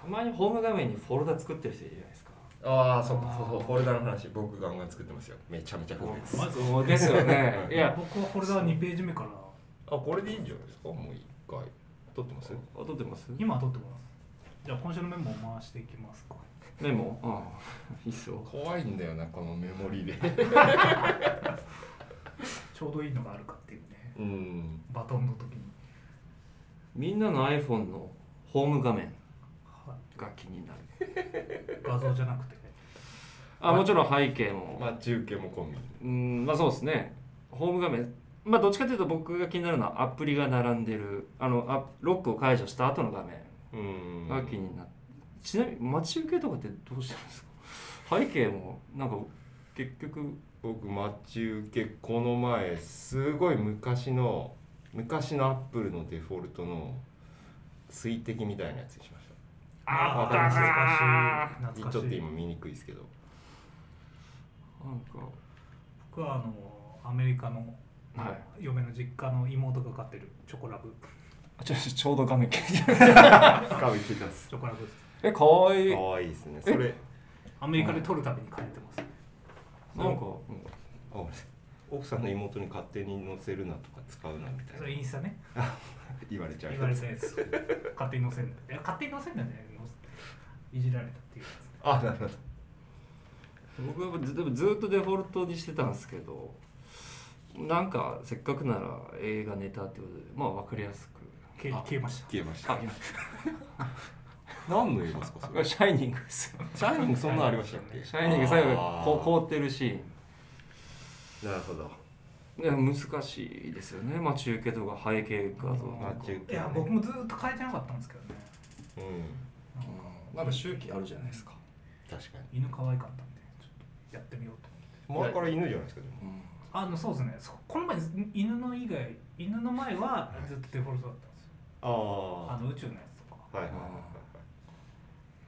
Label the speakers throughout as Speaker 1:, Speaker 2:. Speaker 1: たまにホーム画面にフォルダ作ってる人いるじゃないですか
Speaker 2: ああそっかそうそうフォルダの話僕ガンガン作ってますよめちゃめちゃフォルダです
Speaker 1: まずですよねいや
Speaker 3: 僕はフォルダは2ページ目から
Speaker 2: あこれでいいんじゃないですかもう一回撮ってます
Speaker 1: 撮ってます
Speaker 3: 今撮ってますじゃあ今週のメモを回していきますか
Speaker 1: メモうんいいっすよ
Speaker 2: 怖いんだよなこのメモリで
Speaker 3: ちょうどいいのがあるかっていうね
Speaker 2: うん
Speaker 3: バトンの時に、
Speaker 1: みんなの iPhone のホーム画面
Speaker 3: は
Speaker 1: が気になる
Speaker 3: い、画像じゃなくて
Speaker 1: あもちろん背景も、
Speaker 2: まあ中継も込み
Speaker 1: うんまあそうですねホーム画面まあどっちかというと僕が気になるのはアプリが並んでるあのあロックを解除した後の画面
Speaker 2: うん
Speaker 1: が気になって、ちなみに待ち受けとかってどうしてるんですか背景もなんか結局
Speaker 2: 僕待ち受けこの前すごい昔の昔のアップルのデフォルトの水滴みたいなやつにしました
Speaker 3: あ
Speaker 2: わかります
Speaker 3: 懐かしい懐かしい
Speaker 2: ちょっと今見にくいですけど
Speaker 1: なんか
Speaker 3: 僕はあのアメリカの
Speaker 1: はい
Speaker 3: 嫁の実家の妹が飼ってるチョコラブ
Speaker 1: あちょちょうど画面消えちゃう
Speaker 2: 顔いてたっす
Speaker 3: チョコラブです
Speaker 1: えかわいい
Speaker 2: かわいいですねそれ
Speaker 3: アメリカで撮るたびに変えてます
Speaker 1: なんか
Speaker 2: あ俺奥さんの妹に勝手に載せるなとか使うなみた
Speaker 3: そ
Speaker 2: い
Speaker 3: れ
Speaker 2: な
Speaker 3: インスタね
Speaker 2: 言われちゃう
Speaker 3: 言われ
Speaker 2: やつ
Speaker 3: たやつ勝手に載せんだいや勝手に載せんだよね載せいじられたっていうやつ
Speaker 2: あなるほど
Speaker 1: 僕はずずっとデフォルトにしてたんですけどなんかせっかくなら映画ネタってことでまあ分かりやすく
Speaker 3: 消え
Speaker 2: あ
Speaker 3: 消えました
Speaker 2: 消えました
Speaker 1: あ今
Speaker 2: 何の映画ですか それ
Speaker 1: シャイニングですよ
Speaker 2: シャイニングそんなのありましたっけ
Speaker 1: シャイニング最後
Speaker 2: あー
Speaker 1: こ凍ってるシ
Speaker 2: なるほど
Speaker 1: ーンね難しいですよね待ち受けとか背景画像
Speaker 2: 待ち受
Speaker 3: い
Speaker 2: け
Speaker 3: や
Speaker 2: はね
Speaker 3: 僕もずーっと変えてなかったんですけどね
Speaker 2: うん
Speaker 3: なんか
Speaker 1: なんか周期あるじゃないですか、
Speaker 2: 確かに
Speaker 3: 犬可愛かったんでちょっとやってみようと思って
Speaker 2: 前から犬じゃないですかでも
Speaker 3: あのそうですねそこの前犬の以外犬の前はずっとデフォルトだったんですよ
Speaker 2: ああ
Speaker 3: あの宇宙のやつとか
Speaker 2: はいはい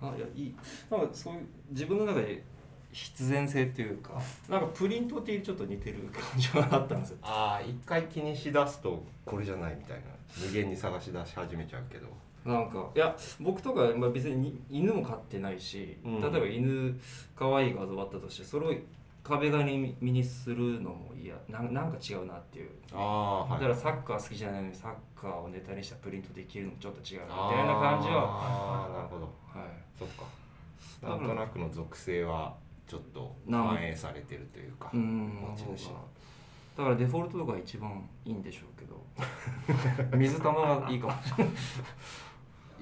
Speaker 2: はい
Speaker 1: あいやいいなんかそういう自分の中で必然性っていうかなんかプリントってちょっと似てる感じはあったんですよ
Speaker 2: ああ一回気にしだすとこれじゃないみたいな無限に探し出し始めちゃうけど
Speaker 1: なんかいや僕とか、まあ、別に犬も飼ってないし、
Speaker 2: うん
Speaker 1: 例えば犬可愛い画像あったとしてそれを壁紙に身にするのも嫌なんなんか違うなっていう
Speaker 2: あ
Speaker 1: だからサッカー好きじゃないのにサッカーをネタにしたプリントできるのもちょっと違うみたいな感じは、
Speaker 2: ああなるほど
Speaker 1: は
Speaker 2: そっかなんとなくの属性はちょっと
Speaker 1: なん
Speaker 2: 反映されてるというか
Speaker 1: い、うん
Speaker 2: 持ち主
Speaker 1: なんかだからデフォルトとか一番いいんでしょうけど水玉がいいかもしれない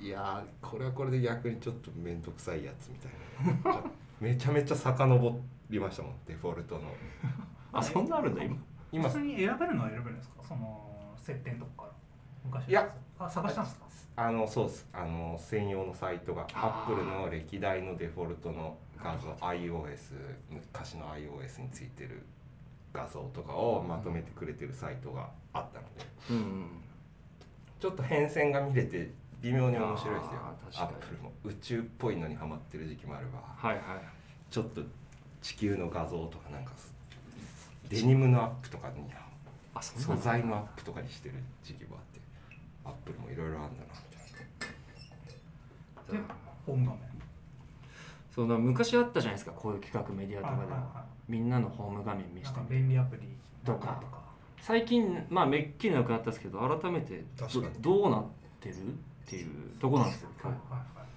Speaker 2: いやーこれはこれで逆にちょっと面倒くさいやつみたいなめちゃめちゃ遡りましたもんデフォルトの
Speaker 1: あそんなあるんだ今
Speaker 2: 今
Speaker 3: 普通に選べるのは選べるんですかその設定のとこから昔のつ
Speaker 2: いや
Speaker 3: あ探したんですか
Speaker 2: あのそうっすあの専用のサイトがア
Speaker 1: あ
Speaker 2: ッ
Speaker 1: ー
Speaker 2: プルの歴代のデフォルトの画像 iOS 昔の iOS についてる画像とかをまとめてくれてるサイトがあったので
Speaker 1: うんうん
Speaker 2: ちょっと変遷が見れて微妙に面白い
Speaker 1: あー
Speaker 2: です
Speaker 1: 確
Speaker 2: よア
Speaker 1: か
Speaker 2: ッ
Speaker 1: に
Speaker 2: プルも宇宙っぽいのにハマってる時期もあれば
Speaker 1: はいはい
Speaker 2: ちょっと地球の画像とかなんかデニムのアップとかに
Speaker 1: あそんな
Speaker 2: 素
Speaker 1: の
Speaker 2: 材のアップとかにしてる時期もあってアップルもいろいろあんだなみたいな。
Speaker 3: でホーム画面
Speaker 1: その昔あったじゃないですかこういう企画メディアとかで
Speaker 3: はいは
Speaker 1: も
Speaker 3: いはい
Speaker 1: みんなのホーム画面見
Speaker 3: な
Speaker 1: せ
Speaker 3: ん
Speaker 1: て
Speaker 3: か
Speaker 1: みる
Speaker 3: 便利アプリ
Speaker 1: とか最近まあめっきりなくなったんですけど改めてど
Speaker 2: 確かに
Speaker 1: どうなってるっていうとこなんですよ
Speaker 3: はいは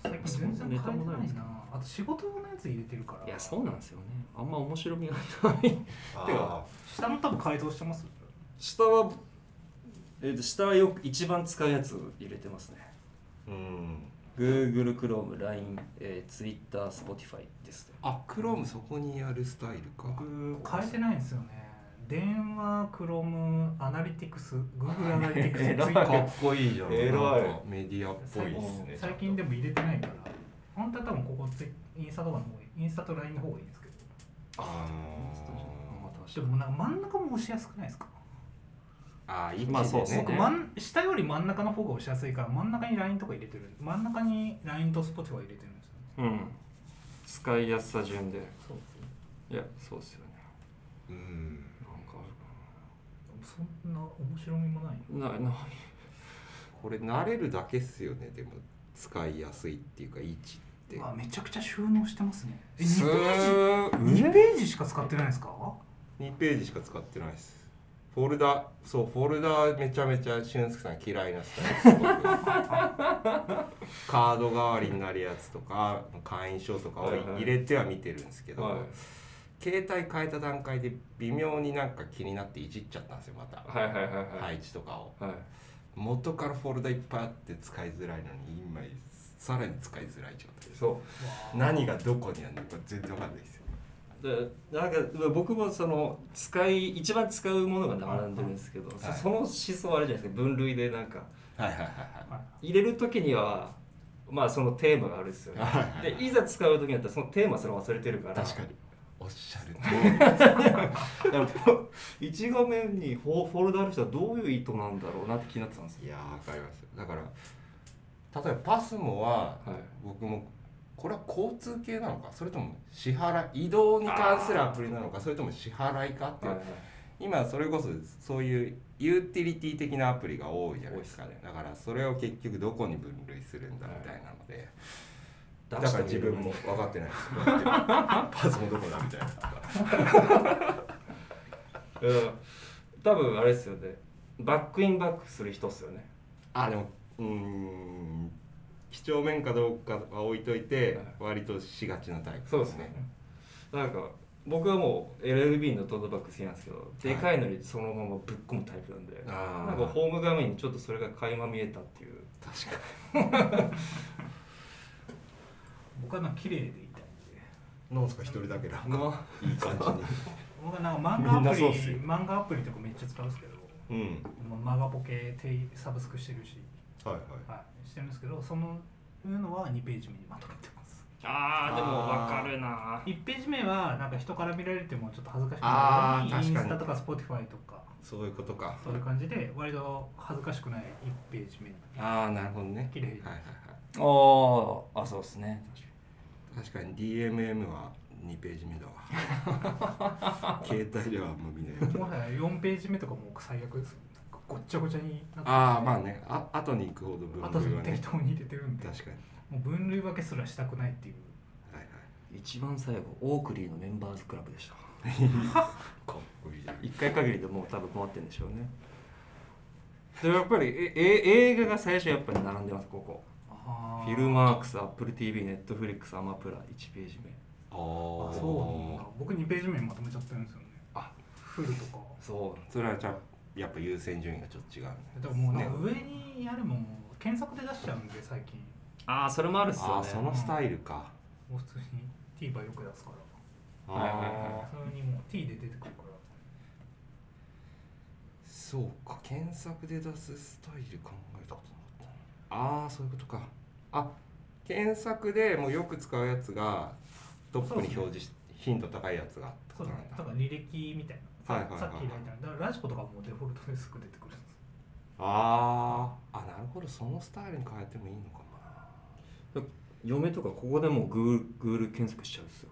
Speaker 3: いはい最近全然変えて
Speaker 1: そんなネタもないんで
Speaker 3: ない
Speaker 1: す
Speaker 3: な
Speaker 1: か
Speaker 3: あと仕事のやつ入れてるから
Speaker 1: いやそうなんですよねあんま面白みがないてか
Speaker 3: 下の多分改造してます
Speaker 1: 下は、えー、と下はよく一番使うやつを入れてますね
Speaker 2: うん。
Speaker 1: Google、Chrome、LINE、えー、Twitter、Spotify ですね
Speaker 2: あ、クロームそこにやるスタイルか。
Speaker 3: 僕変えてないんですよね電話クロムアナリティクス Google アナリティクス
Speaker 1: 偉い
Speaker 3: Twitter
Speaker 2: こいいじゃ
Speaker 1: 偉い
Speaker 2: なんかメディアっぽい
Speaker 3: 最
Speaker 2: で
Speaker 3: 近
Speaker 2: すね。
Speaker 3: 最近で
Speaker 2: も。
Speaker 3: も入れてないから本当は多分ここツイインスタとかの方がいいインスタと LINE の方がいいんですけど
Speaker 2: あ
Speaker 3: でもなんか真ん中も押しやすくないですか
Speaker 2: あー、いい
Speaker 1: まあそうっ
Speaker 2: です
Speaker 1: す
Speaker 2: ね
Speaker 1: ね。
Speaker 3: 僕真ん下より真ん中の方が押しやすいから真ん中に LINE とか入れてる真ん中に LINE と Spotify 入れてるんですよね
Speaker 1: うん使いやすさ順で
Speaker 3: そう
Speaker 1: いやそうですよね
Speaker 2: うん。
Speaker 1: なんか
Speaker 3: そんな面白みもない
Speaker 1: あるかなないない
Speaker 2: これ慣れるだけっすよね。でも使いやすいっていうか位置って
Speaker 3: うわめちゃくちゃ収納してますねえ
Speaker 1: す
Speaker 3: 2ページ2ページしか使ってないんですか
Speaker 2: 2ページしか使ってないですフォルダそうフォルダめちゃめちゃ俊介さん嫌いなスタイル です僕カード代わりになるやつとか会員証とかを入れては見てるんですけど、
Speaker 1: はい
Speaker 2: 携帯変えた段階で微妙になんか気になっていじっちゃったんですよまた、
Speaker 1: はいはいはいは
Speaker 2: 配
Speaker 1: い
Speaker 2: 置とかを
Speaker 1: はい
Speaker 2: 元からフォルダいっぱいあって使いづらいのに今さらに使いづらい状態です
Speaker 1: そう
Speaker 2: 何がどこにあるのか全然わかんないですよ
Speaker 1: でなんか僕もその使い一番使うものが並んでるんですけど、そ
Speaker 2: はい
Speaker 1: その思想あれじゃないですか分類でなんか
Speaker 2: はいはいはい
Speaker 3: はい
Speaker 1: 入れる時にはまあそのテーマがあるんですよね
Speaker 2: はいはいはい
Speaker 1: でいざ使う時になったらそのテーマそれ忘れてるから
Speaker 2: 確かにおっしゃる通
Speaker 1: だからこう一画面にフォフォルダある人はどういう意図なんだろうなって気になってたんですよ
Speaker 2: りいやーわかりますだから例えばパスモは
Speaker 1: はい
Speaker 2: 僕もこれは交通系なのかそれとも支払い移動に関するアプリなのかそれとも支払いかっていう、
Speaker 1: はいはい
Speaker 2: 今それこそそういうユーティリティ的なアプリが多いじゃないですか
Speaker 1: 多いっす
Speaker 2: だからそれを結局どこに分類するんだみたいなので、だから自分も分かってないですだってパスもどこだ みたいな
Speaker 1: うん多分あれですよねバックインバックする人っすよね
Speaker 2: あでもうーん几帳面かどうかは置いといて割としがちなタイプ
Speaker 1: そうですねなんか僕はもう LLB のトートバッグ好きなんですけど、でかいのにそのままぶっ込むタイプなんで
Speaker 2: あ
Speaker 1: な
Speaker 2: あ
Speaker 1: んかホーム画面にちょっとそれが垣間見えたっていう
Speaker 2: 確かに
Speaker 3: 僕はなんか綺麗でいたいんで
Speaker 2: なんですか一人だけだ
Speaker 1: ない
Speaker 2: い感
Speaker 3: 僕はなんか漫画
Speaker 2: み
Speaker 3: アプ
Speaker 2: ん
Speaker 3: リ
Speaker 2: なそうっすよ
Speaker 3: 漫画アプリとかめっちゃ使うんですけど
Speaker 2: じに うん
Speaker 3: まあマガポケ定サブスクしてるし、
Speaker 2: はいはい
Speaker 3: はい、してるんですけどそのいうのは2ページ目にまとめてます
Speaker 1: あーでもわかるな
Speaker 3: 1ページ目はなんか人から見られてもちょっと恥ずかしく
Speaker 2: あー
Speaker 3: ないようにインス
Speaker 2: 確か
Speaker 3: タ
Speaker 2: に
Speaker 3: とか Spotify とか
Speaker 2: そういうことか
Speaker 3: そういう感じで割と恥ずかしくない1ページ目に
Speaker 2: ああなるほどね
Speaker 3: 綺麗に
Speaker 2: はいはいはい
Speaker 1: ああそうですね
Speaker 2: 確かに DMM は2ページ目だ わ携帯では無理だよ
Speaker 3: もはや4ページ目とかもう最悪ですよなんかごっちゃごちゃになって
Speaker 2: ああまあねあ後に行くほど
Speaker 3: あ
Speaker 2: 分
Speaker 3: と
Speaker 2: 類
Speaker 3: で
Speaker 2: は
Speaker 3: 適
Speaker 2: ね
Speaker 3: 当に入れてるんで
Speaker 2: 確かに
Speaker 3: もう分類分けすらしたくないっていう
Speaker 2: はいはい
Speaker 1: 一番最後オークリーのメンバーズクラブでした
Speaker 2: かっこいいじゃん
Speaker 1: 一回限りでもう多分困ってんでしょうねでやっぱりええ映画が最初やっぱり並んでますここ
Speaker 3: あ
Speaker 1: フィルマークスアップル TV ネットフリックスアマプラ1ページ目
Speaker 2: あ
Speaker 3: あ
Speaker 2: あ
Speaker 3: そうなんだ僕2ページ目にまとめちゃってるんですよね
Speaker 1: あ
Speaker 3: フルとか
Speaker 1: そう
Speaker 2: それはじゃあやっぱ優先順位がちょっと違うんだ
Speaker 3: でももうなんか上にやるもん検索で出しちゃうんで最近
Speaker 1: ああそれもあるっす
Speaker 2: あ
Speaker 1: よ
Speaker 2: あ
Speaker 1: ね
Speaker 2: そのスタイルか、
Speaker 3: もう普通に TVer よく出すから
Speaker 1: はいはいはい
Speaker 2: ああ
Speaker 3: 普通にもう T で出てくるから
Speaker 2: そうか検索で出すスタイル考えたことなかったなああそういうことかあ検索でもうよく使うやつがトップに表示し、頻度高いやつがってこ
Speaker 3: そ
Speaker 2: と
Speaker 3: うだ
Speaker 2: な
Speaker 3: ね
Speaker 2: んだ
Speaker 3: だから履歴みたいな、
Speaker 2: はいはいはい
Speaker 3: さっき開いたのだからラジコとかもうデフォルトですぐ出てくるんです
Speaker 2: あーあなるほどそのスタイルに変えてもいいのかもな
Speaker 1: 嫁とかここでもう Google 検索しちゃうんですよ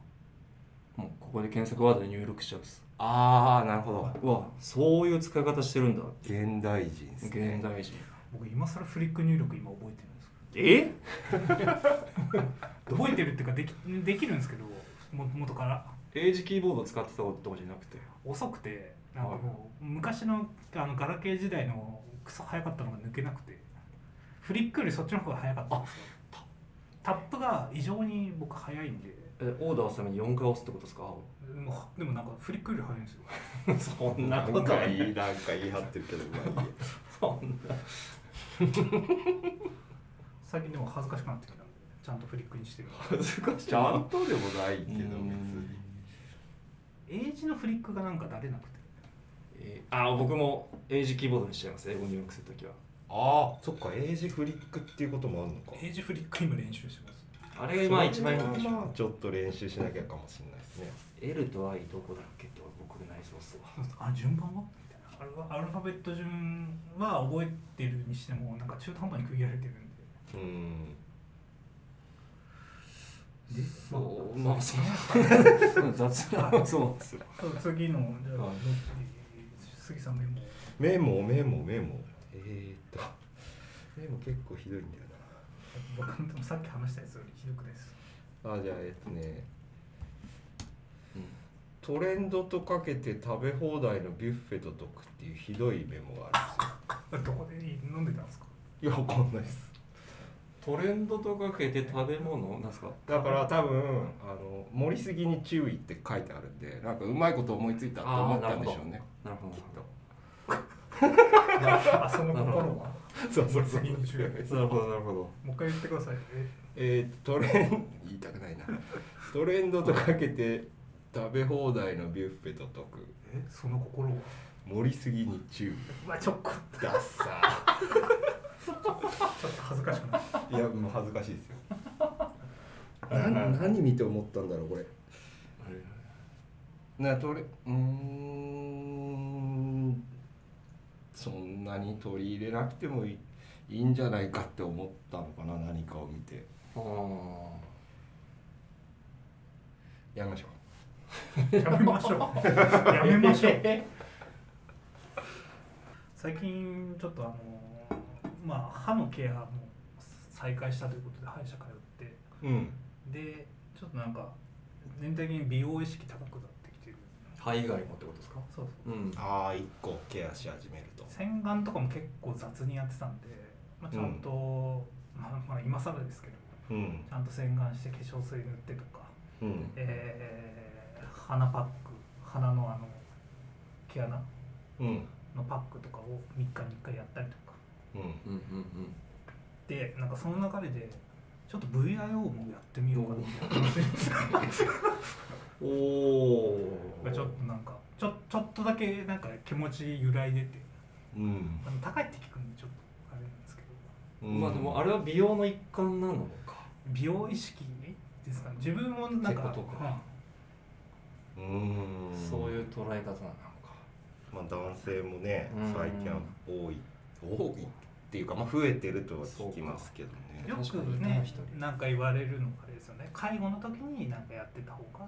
Speaker 1: もうここで検索ワードで入力しちゃうんです
Speaker 2: ああなるほど
Speaker 1: うわそういう使い方してるんだ
Speaker 2: 現代人ですね
Speaker 1: 現代人
Speaker 3: 僕今更フリック入力今覚えてるんです
Speaker 1: え
Speaker 3: けど覚えてるっていうかできできるんですけども元から
Speaker 1: 英字キーボードを使ってたことじゃなくて
Speaker 3: 遅くてなんかもう昔のあのガラケー時代のクソ早かったのが抜けなくてフリックよりそっちの方が早かったんですよタップが異常に僕早いんで
Speaker 1: えオーダーするために4回押すってことですか
Speaker 3: もうでもなんかフリックより早いんですよ
Speaker 1: そんなことは
Speaker 2: なんかいいなんか言い張ってるけどまあいいや
Speaker 1: そんな
Speaker 3: 最近でも恥ずかしくなってきたんでちゃんとフリックにしてる
Speaker 1: 恥ずかしい
Speaker 2: ちゃんとでもないけど別に
Speaker 3: 英字のフリックがなんかだれなくて
Speaker 1: えーあ僕も英字キーボードにしちゃいます英語入力するときは
Speaker 2: ああそっか英字フリックっていうこともあるのか
Speaker 3: 英字フリック今練習してます
Speaker 1: あれが今一番いいんでしょ
Speaker 2: まあちょっと練習しなきゃかもしれないですね
Speaker 1: L と I どこだっけって僕内臓っすわ
Speaker 3: あ順番はみたいなアルファアルファベット順は覚えてるにしてもなんか中途半端に区切られてるんで
Speaker 2: うん
Speaker 3: で
Speaker 1: そう
Speaker 3: まあ
Speaker 1: まあそう 雑なそうなんですよ
Speaker 3: そう次のじゃあ、
Speaker 1: はい
Speaker 3: えー杉さんメモ
Speaker 2: メモメモメモえー、っとメモ結構ひどいんだよな
Speaker 3: 僕もさっき話したやつよりひどくないです
Speaker 2: あじゃあえっとねトレンドとかけて食べ放題のビュッフェと解くっていうひどいメモがあ
Speaker 3: どこで飲んでたんですか
Speaker 2: るんですよいやわかんないです
Speaker 1: トレンドとかけて食べ物なんすか
Speaker 2: だから多分あの盛りすぎに注意って書いてあるんでなんかうまいこと思いついたと思ったんでしょうね
Speaker 1: なるほど
Speaker 2: きっと
Speaker 3: あその心は
Speaker 2: そうそうそう。
Speaker 3: 次に注意
Speaker 1: なるほどなるほど
Speaker 3: もう一回言ってくださいえ
Speaker 2: えー、トレン言いたくない な。トレンドとかけて食べ放題のビュッフェと解く。
Speaker 3: えその心は
Speaker 2: 盛りすぎに注意。
Speaker 3: うわちょっこ
Speaker 2: ダッサ
Speaker 3: ちょっと恥ずかしくなっ
Speaker 2: ー。いやもう恥ずかしいですよ。な何見て思ったんだろうこれ。なトレうーんそんなに取り入れなくてもいいいいんじゃないかって思ったのかな何かを見て。
Speaker 1: あ
Speaker 2: やめましょう。
Speaker 3: たやめましょう やめましょう最近ちょっとあのまあ歯のケアも再開したということで歯医者通って
Speaker 2: うん。
Speaker 3: でちょっとなんか全体的に美容意識高くなってきてる
Speaker 1: あ以外もってことですか
Speaker 3: そうそう
Speaker 1: うん
Speaker 2: ああ一個ケアし始めると。
Speaker 3: 洗顔とかも結構雑にやってたんで、まあ、ちゃんと、まあ、まあ今更ですけど
Speaker 2: うん
Speaker 3: ちゃんと洗顔して化粧水塗ってとか、
Speaker 2: うん。
Speaker 3: えー鼻パック鼻のあの毛穴
Speaker 2: うん
Speaker 3: のパックとかを3日に1回やったりとか
Speaker 2: うん
Speaker 1: うんうん
Speaker 3: でなんかその流れでちょっと VIO もやってみようかなって 思って
Speaker 1: うんおお
Speaker 3: ちょっとなんかちょちょっとだけなんか気持ち揺らいでて
Speaker 2: うん
Speaker 3: あの高いって聞くんでちょっとあれなんですけど
Speaker 2: うん
Speaker 1: まあでもあれは美容の一環なのか
Speaker 3: 美容意識ですかね自分もなんか
Speaker 1: ってことか
Speaker 2: うん
Speaker 1: そういう捉え方なのか
Speaker 2: まあ男性もね
Speaker 1: うん
Speaker 2: 最近は多い多いっていうかまあ増えてるとは聞きますけど
Speaker 3: うん
Speaker 2: ね
Speaker 3: よく
Speaker 1: 確かに
Speaker 3: ね
Speaker 1: 一人
Speaker 3: なんか言われるのがあれですよね介護の時になんかやってた方が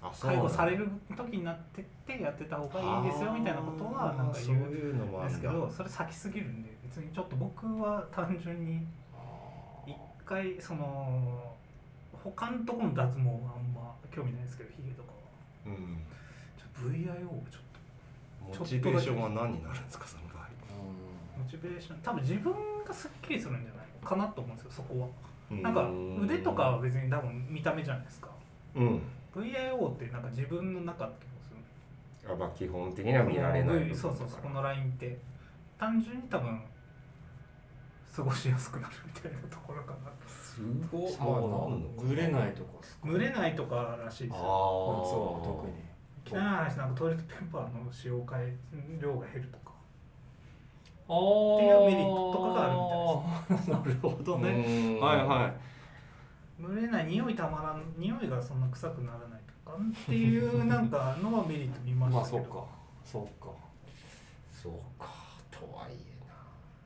Speaker 2: あそう
Speaker 3: 介
Speaker 2: なん
Speaker 3: 護
Speaker 2: だ
Speaker 3: される時になってってやってた方がいいですよみたいなことはなんか
Speaker 2: あーそう
Speaker 3: 言うん
Speaker 2: いうのもあ
Speaker 3: で
Speaker 2: る
Speaker 3: す
Speaker 2: ん
Speaker 3: け
Speaker 2: だ
Speaker 3: どそれ先すぎるんで別にちょっと僕は単純に一回その他のとこの脱毛はあんま興味ないですけどヒゲとかは
Speaker 2: うん
Speaker 3: ちょ VIO をちょっと
Speaker 2: モチベーションは何になるんですかその場合
Speaker 1: う
Speaker 3: モチベーション多分自分がすっきりするんじゃないのかなと思うんですよそこは
Speaker 2: う
Speaker 3: なんか腕とかは別に多分見た目じゃないですか
Speaker 2: うん
Speaker 3: VIO ってなんか自分の中ってことです
Speaker 2: あ
Speaker 3: よね
Speaker 2: まあ基本的には見られない部分
Speaker 3: そうそう
Speaker 2: だ
Speaker 3: そ
Speaker 2: から
Speaker 3: このラインって単純に多分過ごしやすくなるみたいなところかな
Speaker 2: すごい
Speaker 1: ん
Speaker 2: まあなんの
Speaker 1: そうなぐれ
Speaker 2: い
Speaker 1: ないとかですか
Speaker 3: 蒸れないとからしいで
Speaker 2: あ
Speaker 3: す
Speaker 2: あ
Speaker 3: よ
Speaker 1: そう特に
Speaker 3: 汚い話なんかトイレットペーパーの使用回量が減るとか
Speaker 1: ああ
Speaker 3: っていうメリットとかがあ
Speaker 1: るみたいですなるほどね
Speaker 2: ね
Speaker 1: はいはい
Speaker 3: 蒸れない匂いたまらん匂いがそんな臭くならないとかっていうなんかのはメリット見ま
Speaker 1: ま
Speaker 3: し
Speaker 1: あ
Speaker 3: たけ
Speaker 1: そう
Speaker 3: ど、
Speaker 1: かそうか
Speaker 2: そうかとはいえな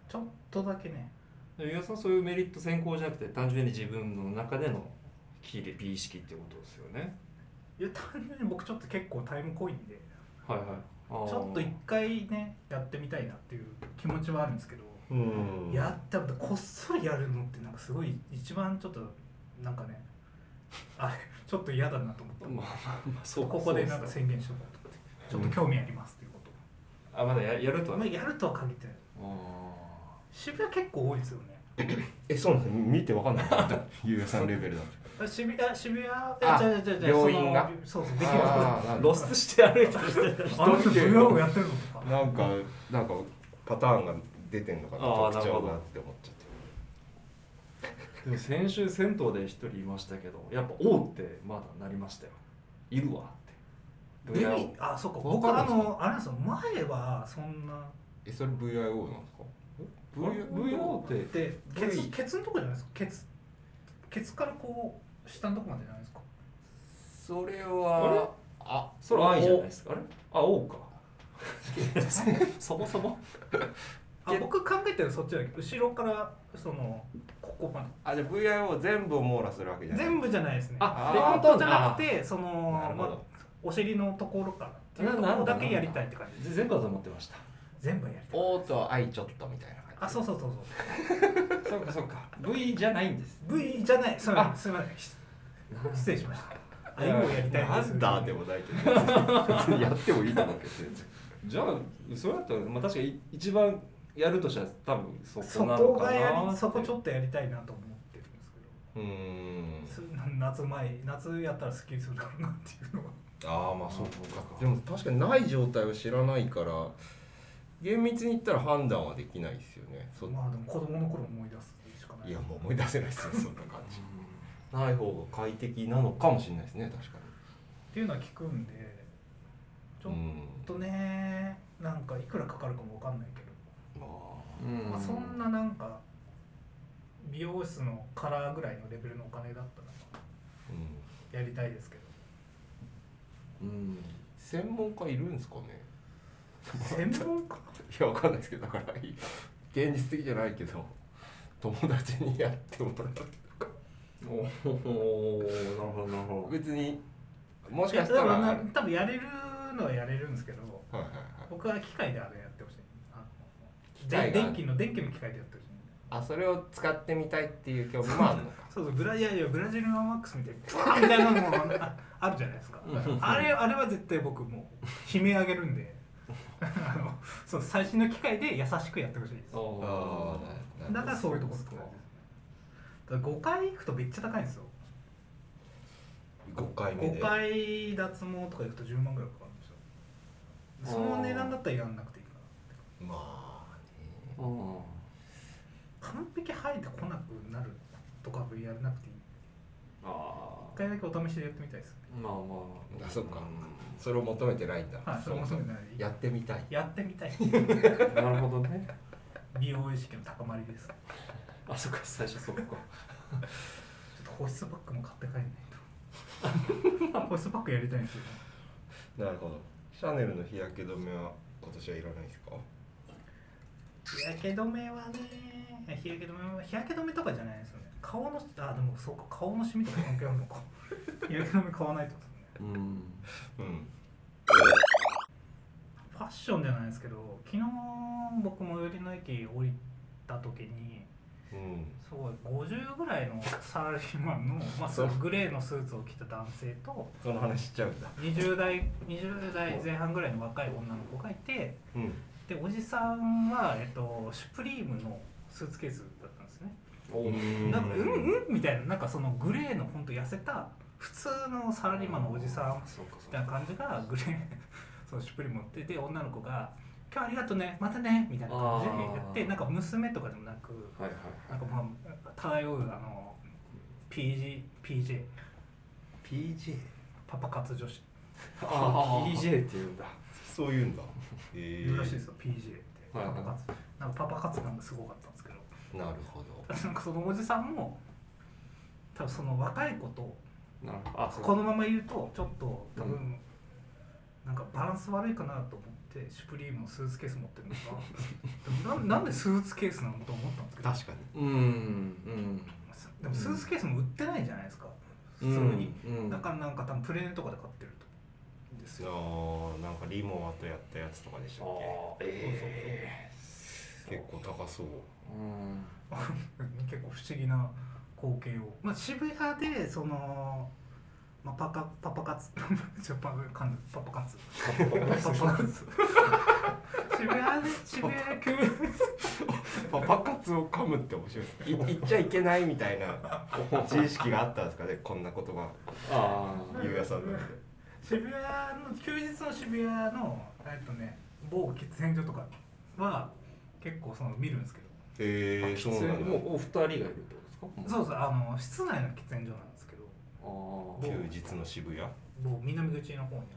Speaker 3: ちょっとだけね
Speaker 1: 湯浅さんそういうメリット先行じゃなくて単純に自分の中での喜で美意識ってことですよね
Speaker 3: いや単純に僕ちょっと結構タイム濃いんで
Speaker 1: はいはいあー
Speaker 3: ちょっと一回ねやってみたいなっていう気持ちはあるんですけど、
Speaker 2: うん
Speaker 3: やったことこっそりやるのってなんかすごい一番ちょっとなんかねあれちょっと嫌だなと思った、
Speaker 1: まあまあそう
Speaker 3: ここでなんか
Speaker 1: そう
Speaker 3: 宣言しとこうと思ってちょっと興味ありますっていうこと、
Speaker 1: あまだややるとは
Speaker 3: まあ、
Speaker 1: ね
Speaker 3: やるとは限ってない
Speaker 1: あ
Speaker 3: 渋谷結構多いですよね
Speaker 2: えそうなんですね見てわかん なかったゆうやさんレベルだと
Speaker 3: あ渋谷渋谷あ
Speaker 2: あ
Speaker 3: じゃじゃじゃ
Speaker 2: 病院が
Speaker 3: そうそうできる
Speaker 2: あーな
Speaker 1: ー
Speaker 2: ん
Speaker 1: 露
Speaker 2: か
Speaker 1: 出して歩いてる人
Speaker 3: あの人渋谷をやってるのとか
Speaker 2: なんかなんかパターンが出てんのかな
Speaker 1: あー
Speaker 2: 特
Speaker 1: なる
Speaker 2: 徴
Speaker 1: ほど
Speaker 2: がって思っちゃって
Speaker 1: でも先週銭湯で一人いましたけどやっぱ「おう」ってまだなりましたよいるわって
Speaker 3: で
Speaker 1: いやい
Speaker 3: あそうか
Speaker 2: わ
Speaker 3: 僕
Speaker 2: かる
Speaker 3: あ
Speaker 2: んですか
Speaker 3: のあれなんですよ前はそんな
Speaker 2: えそれ VIO なんですか
Speaker 1: あれ VIO って
Speaker 3: でケツ
Speaker 2: 部位
Speaker 3: ケツのとこじゃないですかケツケツからこう下のとこまでじゃないですか
Speaker 2: それ
Speaker 1: は
Speaker 2: あ
Speaker 1: それ「あい」じゃないですかあれあ「おう」 かそもそも
Speaker 3: あ
Speaker 2: け
Speaker 3: 僕考えてるそっちだけど後ろからそのここま
Speaker 2: あじゃあ VIO 全部を網羅するわけじ
Speaker 3: で
Speaker 2: ゃない
Speaker 3: 全部じゃないですね
Speaker 1: あ
Speaker 2: あー
Speaker 3: 本当じゃなくてそ
Speaker 2: な
Speaker 3: の
Speaker 2: るほ
Speaker 3: ま
Speaker 2: ど
Speaker 3: あお尻のところからっていうとこ
Speaker 1: なな
Speaker 3: ろ
Speaker 1: んだ
Speaker 3: だけやりたいって感じ
Speaker 1: 全部だと思ってました
Speaker 3: 全部やりたい
Speaker 2: おーと愛ちょっとみたいな感
Speaker 3: あそうそうそうそう
Speaker 1: そうかそうか V じゃないんです
Speaker 3: V じゃない、そうすみませんし失礼しました。あ、今やりたい
Speaker 2: な
Speaker 3: です
Speaker 2: んだでもない けど別にやってもいいと思うけど全然
Speaker 1: じゃあそれだったら、まあ、確かに一番やるとしたら多分そ
Speaker 3: そ
Speaker 1: こなの
Speaker 3: こ
Speaker 1: か
Speaker 3: がや
Speaker 1: な
Speaker 3: りそこちょ
Speaker 1: っ
Speaker 3: っとやりたいなと思ってるんですけ
Speaker 2: うーん
Speaker 3: ど、そ夏前夏やったらスッキリするだろうなっていうのは。
Speaker 2: ああまあそうかでも確かにない状態を知らないから厳密に言ったら判断はできないですよねそ
Speaker 3: まあでも子供の頃思い出すしかない。
Speaker 2: いやもう思い出せないですよそんな感じ ない方が快適なのかもしれないですね確か
Speaker 3: っていうのは聞くんで、ちょ
Speaker 2: に
Speaker 3: っ
Speaker 2: ん
Speaker 3: とね、なんかいくらかかるかもわかんないけ
Speaker 2: ま
Speaker 3: ど、
Speaker 2: あ
Speaker 1: うん
Speaker 3: まあそんななんか美容室のカラーぐらいのレベルのお金だった
Speaker 2: うん
Speaker 3: らやりたいですけど。
Speaker 1: うん
Speaker 2: 専門家いるんですかね
Speaker 3: 専門家。
Speaker 2: いやわかんないですけどだからいい現実的じゃないけど友達にやってもらうとか
Speaker 1: おおなるほどなるほ
Speaker 2: 別にもし
Speaker 3: いや
Speaker 2: かしたら
Speaker 3: 多分
Speaker 2: は
Speaker 3: ない多分やれるのはやれるんですけど
Speaker 2: はいはい
Speaker 3: 僕は機械であれやってほしいあの
Speaker 2: 機械が
Speaker 3: で電気の電気の機械でやってほしい
Speaker 2: あそれを使ってみたいっていう興味もあるのか
Speaker 3: そうそうブラいやいやブラジルのアマックスみたいにブワーンみたいなのもあ あるじゃないですか
Speaker 1: うん
Speaker 3: あれあれは絶対僕もう悲鳴上げるんで あのそう最新の機械で優しくやってほしいです
Speaker 1: ど
Speaker 2: ああ
Speaker 3: だからそういうところ使うただ5回行くとめっちゃ高いんですよ
Speaker 2: 5回目で
Speaker 3: 5回脱毛とか行くと10万ぐらいかかるんですよその値段だったらいらんなくていいかな
Speaker 2: まあね
Speaker 3: 完璧生えてこなくなるとかはやらなくていい
Speaker 1: ああ
Speaker 3: 一回だけお試しでやってみたいです
Speaker 1: まあまあ
Speaker 2: あそっかそれを求めてないんだ
Speaker 3: はいそれもそうない
Speaker 2: やってみたい
Speaker 3: やってみた い
Speaker 1: なるほどね
Speaker 3: 美容意識の高まりですちょ
Speaker 1: あそっか最初そこか
Speaker 3: っと保湿バッグも買って帰 んないと保湿バッグやりたいんですよ
Speaker 2: なるほどシャネルの日焼け止めは今年はいらないですか
Speaker 3: 日焼け止めはねいや日焼け止めは日焼け止めとかじゃないですよね顔のあでもそうか顔のシミとか関係あるのか日焼け止め買わないってことですね
Speaker 1: うん
Speaker 2: うん
Speaker 3: ファッションじゃないですけど昨日僕最寄りの駅降りた時に
Speaker 2: うん
Speaker 3: すごい50ぐらいのサラリーマンの、まあ、そのグレーのスーツを着た男性と
Speaker 2: その話しちゃうんだ
Speaker 3: 20代20代前半ぐらいの若い女の子がいて
Speaker 2: うん
Speaker 3: でおじさんは、えっと、シュプリームのスーツケースだったんですね
Speaker 1: お
Speaker 2: うん
Speaker 3: なんかうんうんみたいななんかそのグレーのほんと痩せた普通のサラリーマンのおじさん
Speaker 1: そうかそ
Speaker 3: みたいな感じがグレー そうシュプリーム持ってて女の子が「今日ありがとうねまたね」みたいな感じでやっ
Speaker 1: あ
Speaker 3: て
Speaker 1: ー
Speaker 3: なんか娘とかでもなく
Speaker 1: はいは
Speaker 3: なんかまあ漂うあの PG PJ
Speaker 2: PJ
Speaker 3: パパ活女子
Speaker 1: ああ PJ って言うんだ
Speaker 2: そういうんだえ
Speaker 3: いるらしいですよ PJ ってパ
Speaker 1: はい
Speaker 3: パ
Speaker 1: はい
Speaker 3: 活なんかパパ活感がすごかったんですけど
Speaker 2: なるほど
Speaker 3: なんかそのおじさんも多分その若い子と
Speaker 1: なるほどあそう
Speaker 3: このままいるとちょっと多
Speaker 1: う
Speaker 3: 分なんかバランス悪いかなと思ってシュプリームのスーツケース持って るのかでもななんでスーツケースなのと思ったんですけど
Speaker 2: かに
Speaker 1: うんうん
Speaker 3: でもスーツケースも売ってないじゃないですか普通に、
Speaker 1: うん
Speaker 3: だからなんか多分プレネとかで買ってると思うんですよ
Speaker 2: あなんかリモアとやったやつとかでしたっ
Speaker 1: あえ
Speaker 2: け結構高そう
Speaker 1: えうん
Speaker 3: 結構不思議な光景を、まあ、渋谷でその、まあ、パカパパ活 ちょパカンパパ活パパ活 渋谷で渋谷区
Speaker 2: パパ活を噛むって面白いですねい言っちゃいけないみたいな 自意識があったんですかねこんな言葉
Speaker 1: あ
Speaker 2: ゆうやさんなんで
Speaker 3: 渋谷の休日の渋谷のえっとね某喫煙所とかは結構その見るんですけど
Speaker 2: へえ
Speaker 1: あ
Speaker 2: ー、そ
Speaker 1: そう
Speaker 2: うなんだ
Speaker 1: もうお二人がいるってことですか
Speaker 3: そうそうあの室内の喫煙所なんですけど
Speaker 1: う
Speaker 2: 休
Speaker 1: あ
Speaker 2: 日の渋谷
Speaker 3: 某南口の方にある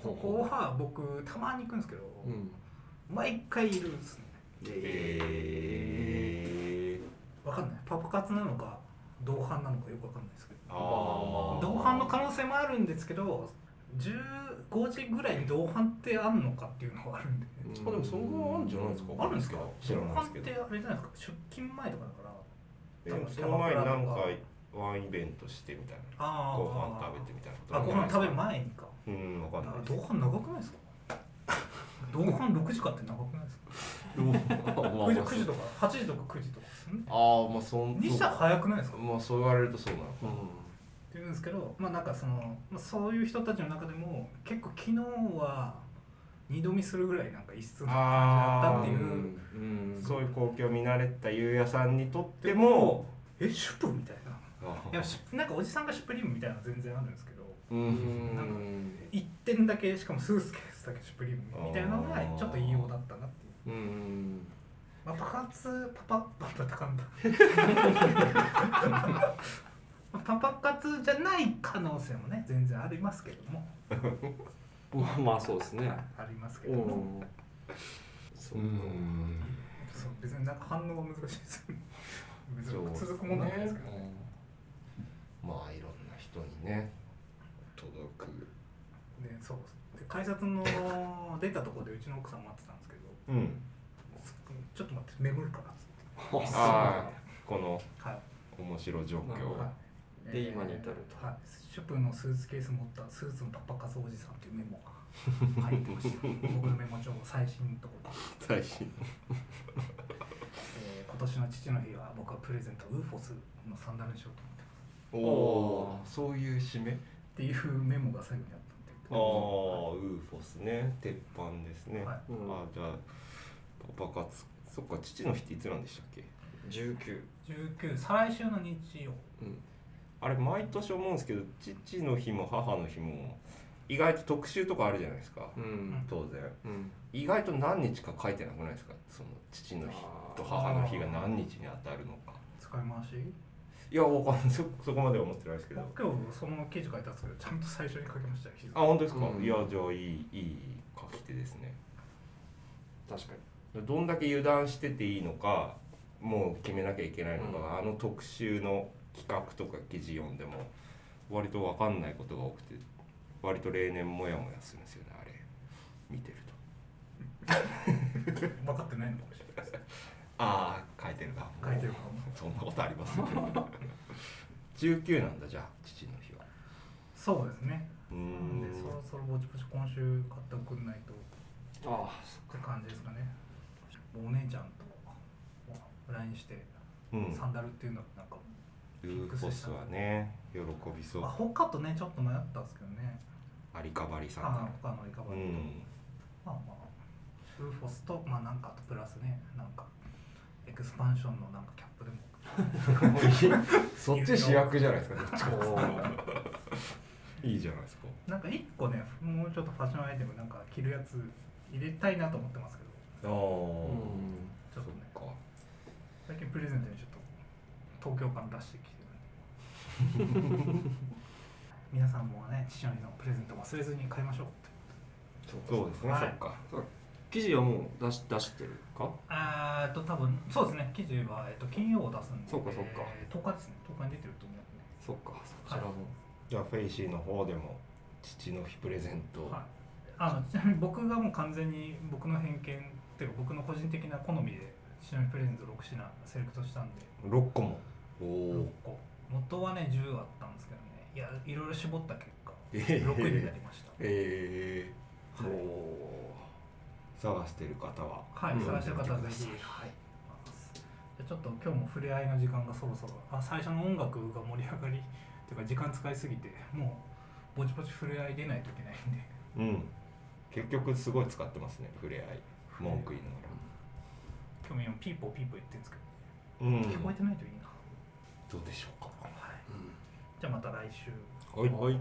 Speaker 1: あ
Speaker 3: ここは僕たまに行くんですけど、
Speaker 1: うん
Speaker 3: 毎回いるんですね
Speaker 2: え
Speaker 3: わかんないパパ活なのか同伴なのかよくわかんないですけ
Speaker 2: ー、
Speaker 3: ど
Speaker 2: あー
Speaker 3: 同伴の可能性もあるんですけど15時ぐらいに同伴ってあんのかっていうのがあるんで
Speaker 2: あでもそのぐらいあるんじゃないですか
Speaker 3: あるんですか
Speaker 2: 知らないですけ
Speaker 3: 同
Speaker 2: ど
Speaker 3: 伴ってあれじゃないですか出勤前とかだから
Speaker 2: えーその前に何回ワンイベントしてみたいな
Speaker 3: ああ
Speaker 2: ご飯食べてみたいなこと
Speaker 3: あご飯食べる
Speaker 2: ま
Speaker 3: 前にか
Speaker 2: うんわかんないです
Speaker 3: 同伴長くないですか同伴6時間って長くないですか
Speaker 2: まあ
Speaker 3: 9時9時とか8時とか9時とかですね
Speaker 2: ああまあそん
Speaker 3: にしたら早くないですか
Speaker 2: まあそう言われるとそうなのかな
Speaker 3: っていうんですけど、まあ、なんかそのまあそういう人たちの中でも結構昨日は二度見するぐらいなんか異質な感じだったっていう、
Speaker 1: うん
Speaker 2: そういう光景を見慣れたゆうやさんにとって
Speaker 3: で
Speaker 2: も
Speaker 3: もえシュプみたいな
Speaker 2: あ
Speaker 3: いやシュなんかおじさんがシュプリームみたいなの全然あるんですけど
Speaker 2: う
Speaker 1: うん
Speaker 3: なんか
Speaker 1: ん
Speaker 3: 一点だけしかもスーツケースだけシュプリームみたいなのがちょっと異様だったなっていう。
Speaker 1: うん
Speaker 3: まあ、爆発パパパパタカンだまあパパ活じゃない可能性もね全然ありますけども、
Speaker 1: まあまあそうですね
Speaker 3: ありますけ
Speaker 1: う
Speaker 3: ども、
Speaker 1: んそうう
Speaker 2: うん
Speaker 3: そう別になんか反応が難しいですよね別
Speaker 2: そう
Speaker 3: に
Speaker 2: ですね
Speaker 3: 続くもんなんですけどね
Speaker 2: まあいろんな人にね届く
Speaker 3: でそうで改札の出たところでうちの奥さん待ってたんですけど
Speaker 2: うん
Speaker 3: ちょっと待って眠るからっつって
Speaker 2: あーこの
Speaker 3: はい
Speaker 2: 面白状
Speaker 1: なるほ
Speaker 2: 況
Speaker 1: ど
Speaker 3: は
Speaker 1: で今に至ると
Speaker 3: はいシュプのスーツケース持ったスーツのパッパカスおじさんっていうメモ が入ってました僕のメモ帳最新のところで、
Speaker 2: 最新
Speaker 3: えー今年の父の日は僕はプレゼントウーフォスのサンダルにしようと思ってます
Speaker 2: お
Speaker 1: お
Speaker 2: おそういう締め
Speaker 3: っていうメモが最後にあった
Speaker 2: あ
Speaker 3: んで
Speaker 2: あウーフォスね鉄板ですね、
Speaker 3: はい
Speaker 2: あーじゃあパパ活そっか父の日っていつなんでしたっけ
Speaker 1: 19
Speaker 3: 19再来週の日曜
Speaker 1: うん
Speaker 2: あれ毎年思うんですけど父の日も母の日も意外と特集とかあるじゃないですか、
Speaker 1: うん
Speaker 2: 当然
Speaker 1: うん
Speaker 2: 意外と何日か書いてなくないですかその父の日と母の日が何日に当たるのか
Speaker 3: 使い回し
Speaker 2: いやわかんないそそこまでは思ってないですけ
Speaker 3: 今
Speaker 2: ど
Speaker 3: 日その記事書いたんですけどちゃんと最初に書きましたよ日付
Speaker 2: あ本当ですか、
Speaker 1: うん
Speaker 2: いやじゃあいいいい書き手ですね
Speaker 1: 確かに
Speaker 2: どんだけ油断してていいのかもう決めなきゃいけないのかが、あの特集の企画とか記事読んでも割と分かんないことが多くて割と例年モヤモヤするんですよねあれ見てると
Speaker 3: 分かってないのかもしれないです
Speaker 2: ああ書いてるな
Speaker 3: 書いてるかも
Speaker 2: そんなことあります 19なんだじゃあ父の日は
Speaker 3: そうですね
Speaker 2: うー
Speaker 3: な
Speaker 2: ん
Speaker 3: んでそろそろぼちぼち今週買って送んないと
Speaker 1: あ
Speaker 3: って感じですかねお姉ちゃんと LINE して
Speaker 2: うん
Speaker 3: サンダルっていうのはなんか、
Speaker 2: ルーコスはね喜びそう
Speaker 3: まあ、他とねちょっと迷ったんですけどね
Speaker 2: アリカバリさん
Speaker 3: あ
Speaker 2: だ
Speaker 3: の他のいかが
Speaker 2: う
Speaker 3: だと、
Speaker 2: ん
Speaker 3: まあまあウーフォスとまあなんかとプラスねなんかエクスパンションのなんかキャップでも
Speaker 2: そ
Speaker 3: っち主役
Speaker 2: じゃないですかどっち
Speaker 1: あおー
Speaker 2: いいじゃないですか
Speaker 3: なんか一個ねもうちょっとファッションアイテムなんか着るやつ入れたいなと思ってますけど
Speaker 2: ああ、
Speaker 1: うん
Speaker 3: ちょっとね
Speaker 2: そっか
Speaker 3: 最近プレゼントにちょっと東京感出してきてる んで皆さんもね父の日のプレゼント忘れずに買いましょうって
Speaker 2: そうですね、
Speaker 3: はい
Speaker 2: そっか
Speaker 1: 記事はもう出し出してるか
Speaker 3: あーえっと多分そうですね記事は、えっと、金曜を出すんで
Speaker 1: そうかそうか
Speaker 3: えー10日ですね10日に出てると思うんで
Speaker 1: そっかそちらも
Speaker 2: じゃあフェイシーの方でも父の日プレゼント、
Speaker 3: はい、あのちなみに僕がもう完全に僕の偏見っていうか僕の個人的な好みでちなみにプレゼント6品セレクトしたんで
Speaker 2: 6個もお
Speaker 3: 6
Speaker 2: お
Speaker 3: 個元はね10あったんですけどねいやいろいろ絞った結果
Speaker 2: え
Speaker 3: 6にな
Speaker 2: ー
Speaker 3: りました
Speaker 2: えー
Speaker 3: はい
Speaker 2: おー探してる方は
Speaker 3: はい、
Speaker 1: うん
Speaker 3: 探してる方はぜひ、
Speaker 2: 見てくだ
Speaker 3: はい、じゃあちょっと今日も触れ合いの時間がそろそろあ最初の音楽が盛り上がりっていうか時間使いすぎてもうぼちぼち触れ合い出ないといけないん
Speaker 2: う
Speaker 3: で
Speaker 2: ん結局すごい使ってますね触れ合い文句言いながら
Speaker 3: 今日も今ピーポーピーポー言ってるんですけ
Speaker 2: うん
Speaker 3: ど、聞こえてないといいな、
Speaker 2: どうでしょうか
Speaker 3: はい、
Speaker 1: うん
Speaker 3: じゃあまた来週。
Speaker 2: はい